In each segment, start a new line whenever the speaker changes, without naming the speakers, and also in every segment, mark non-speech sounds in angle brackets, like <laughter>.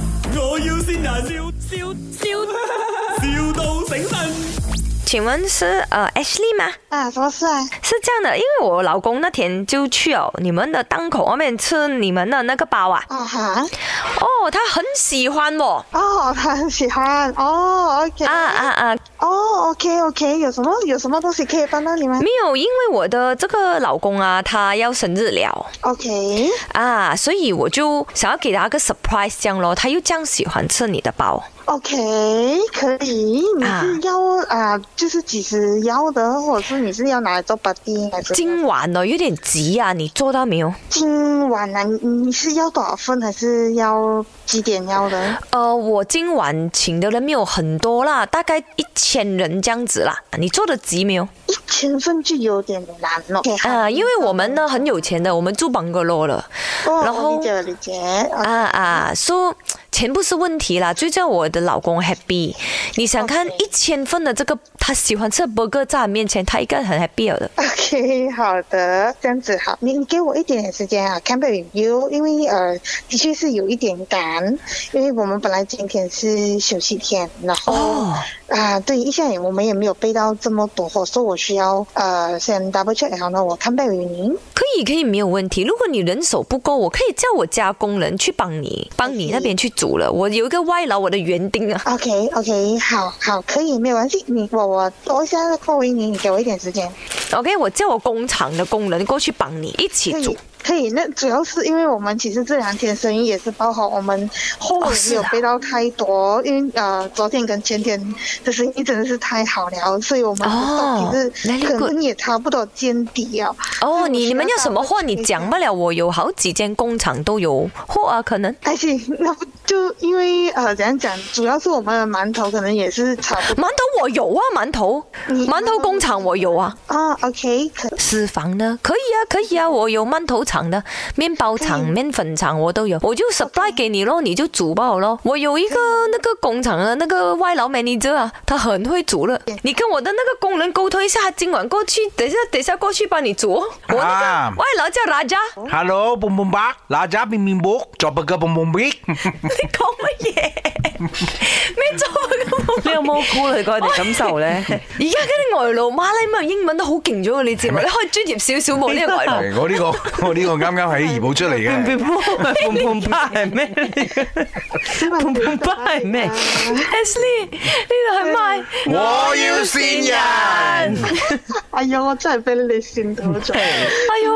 要先人，笑笑笑，, <laughs> 笑到醒神。
请问是呃 Ashley 吗？
啊，不是，
是这样的，因为我老公那天就去了你们的档口外面吃你们的那个包啊，
啊哈，
哦，他很喜欢哦，
哦，他很喜欢，哦，OK，
啊啊啊，
哦，OK，OK，有什么有什么东西可以帮到你们
没有，因为我的这个老公啊，他要生日了
？OK，
啊，所以我就想要给他个 surprise 这样咯，他又这样喜欢吃你的包，
OK，可以。你
啊
是要啊、就是几时要的，或者是你是要拿来做 party 还是
今晚呢有点急啊，你做到没有？
今晚呢？你你是要多少份，还是要几点要的？
呃，我今晚请的人没有很多啦，大概一千人这样子啦，你做的急没有？
一千份就有点难了。OK，好
啊，因为
嗯
我们呢很有钱的，我们住 b u 罗了。
哦
然后
我理解我理解。啊
啊啊，说、钱不是问题啦，最叫我的老公 happy。你想看
OK
一千份的这个他喜欢吃的 burger 在他面前，他一个人很 happy 了的。
<laughs> OK，好的，这样子好，你你给我一点点时间啊，come back with you，因为呃，的确是有一点赶，因为我们本来今天是休息天，然后
哦
啊、对，一下也我们也没有背到这么多，所以我需要呃先 double check，然后呢，我 come back with 您。
可以可以，没有问题。如果你人手不够，我可以叫我家工人去帮你，帮你那边去煮了。我有一个外劳，我的园丁啊。
OK OK，好好，可以，没有关系，你我我我现在 call 维你，你给我一点时间。
OK，我叫我工厂的工人过去帮你一起
可以
煮。
可以，那主要是因为我们其实这两天生意也是爆好，我们后
哦
面没
是啊
有背到太多，因为呃昨天跟前天的生意真的是太好了，所以我们
哦
的其
very
实
good
可能也差不多见底了。
哦，
我
你
嗯需
你们
要
要什么
大
货？
概
你
一
讲
下
不了，我有好几间工厂都有货啊，可能。
而且哎 <laughs> 那不就因为呃怎样讲，主要是我们的馒头可能也是差不多
馒头我有啊，馒头，
你
馒头工厂我有啊。
啊、o k 可
私房呢？可以啊，可以啊，我有馒头厂的、面包厂、
可以
面粉厂我都有，我就 supply 给你咯，你就煮吧咯。我有一个那个工厂的那个外劳 manager 啊，他很会煮了。你跟我的那个工人沟通一下，今晚过去，等一下等一下过去帮你煮哦。我那
啊
个外劳叫 Raja，
Hello，蹦蹦吧，哪吒冰冰波，做不个蹦蹦冰。
你讲乜嘢？咩做咁？
你有冇顧慮過佢哋感受咧？
而家嗰啲外勞馬拉咪英文都好勁咗喎，你知嘛？你可以專業少少冇呢個外勞。
我呢、個我呢個啱啱喺怡寶出嚟
砰
嘅。
砰砰啪係咩？砰砰啪係咩？
Ashley，呢度係咪？
我要善人。
哎呀，我真係俾你扇到咗。
<laughs> 哎呦，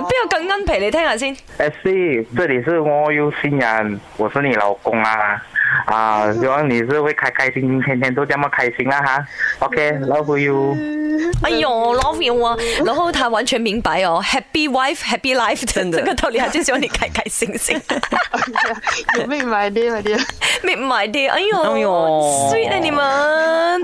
邊有更恩皮？你聽下先。
S C，这里是我有新人，我是你老公啊啊，希望你是会开开心心，天天都这么开心啊哈。OK，love、you。
哎呦，love you 啊！然后他完全明白哦，Happy wife, Happy life，真的这个道理，他就希望你开开心 <laughs> 心。
有没有买的？买的。
没买的，哎呦，
哎呦
sweet 啊你们。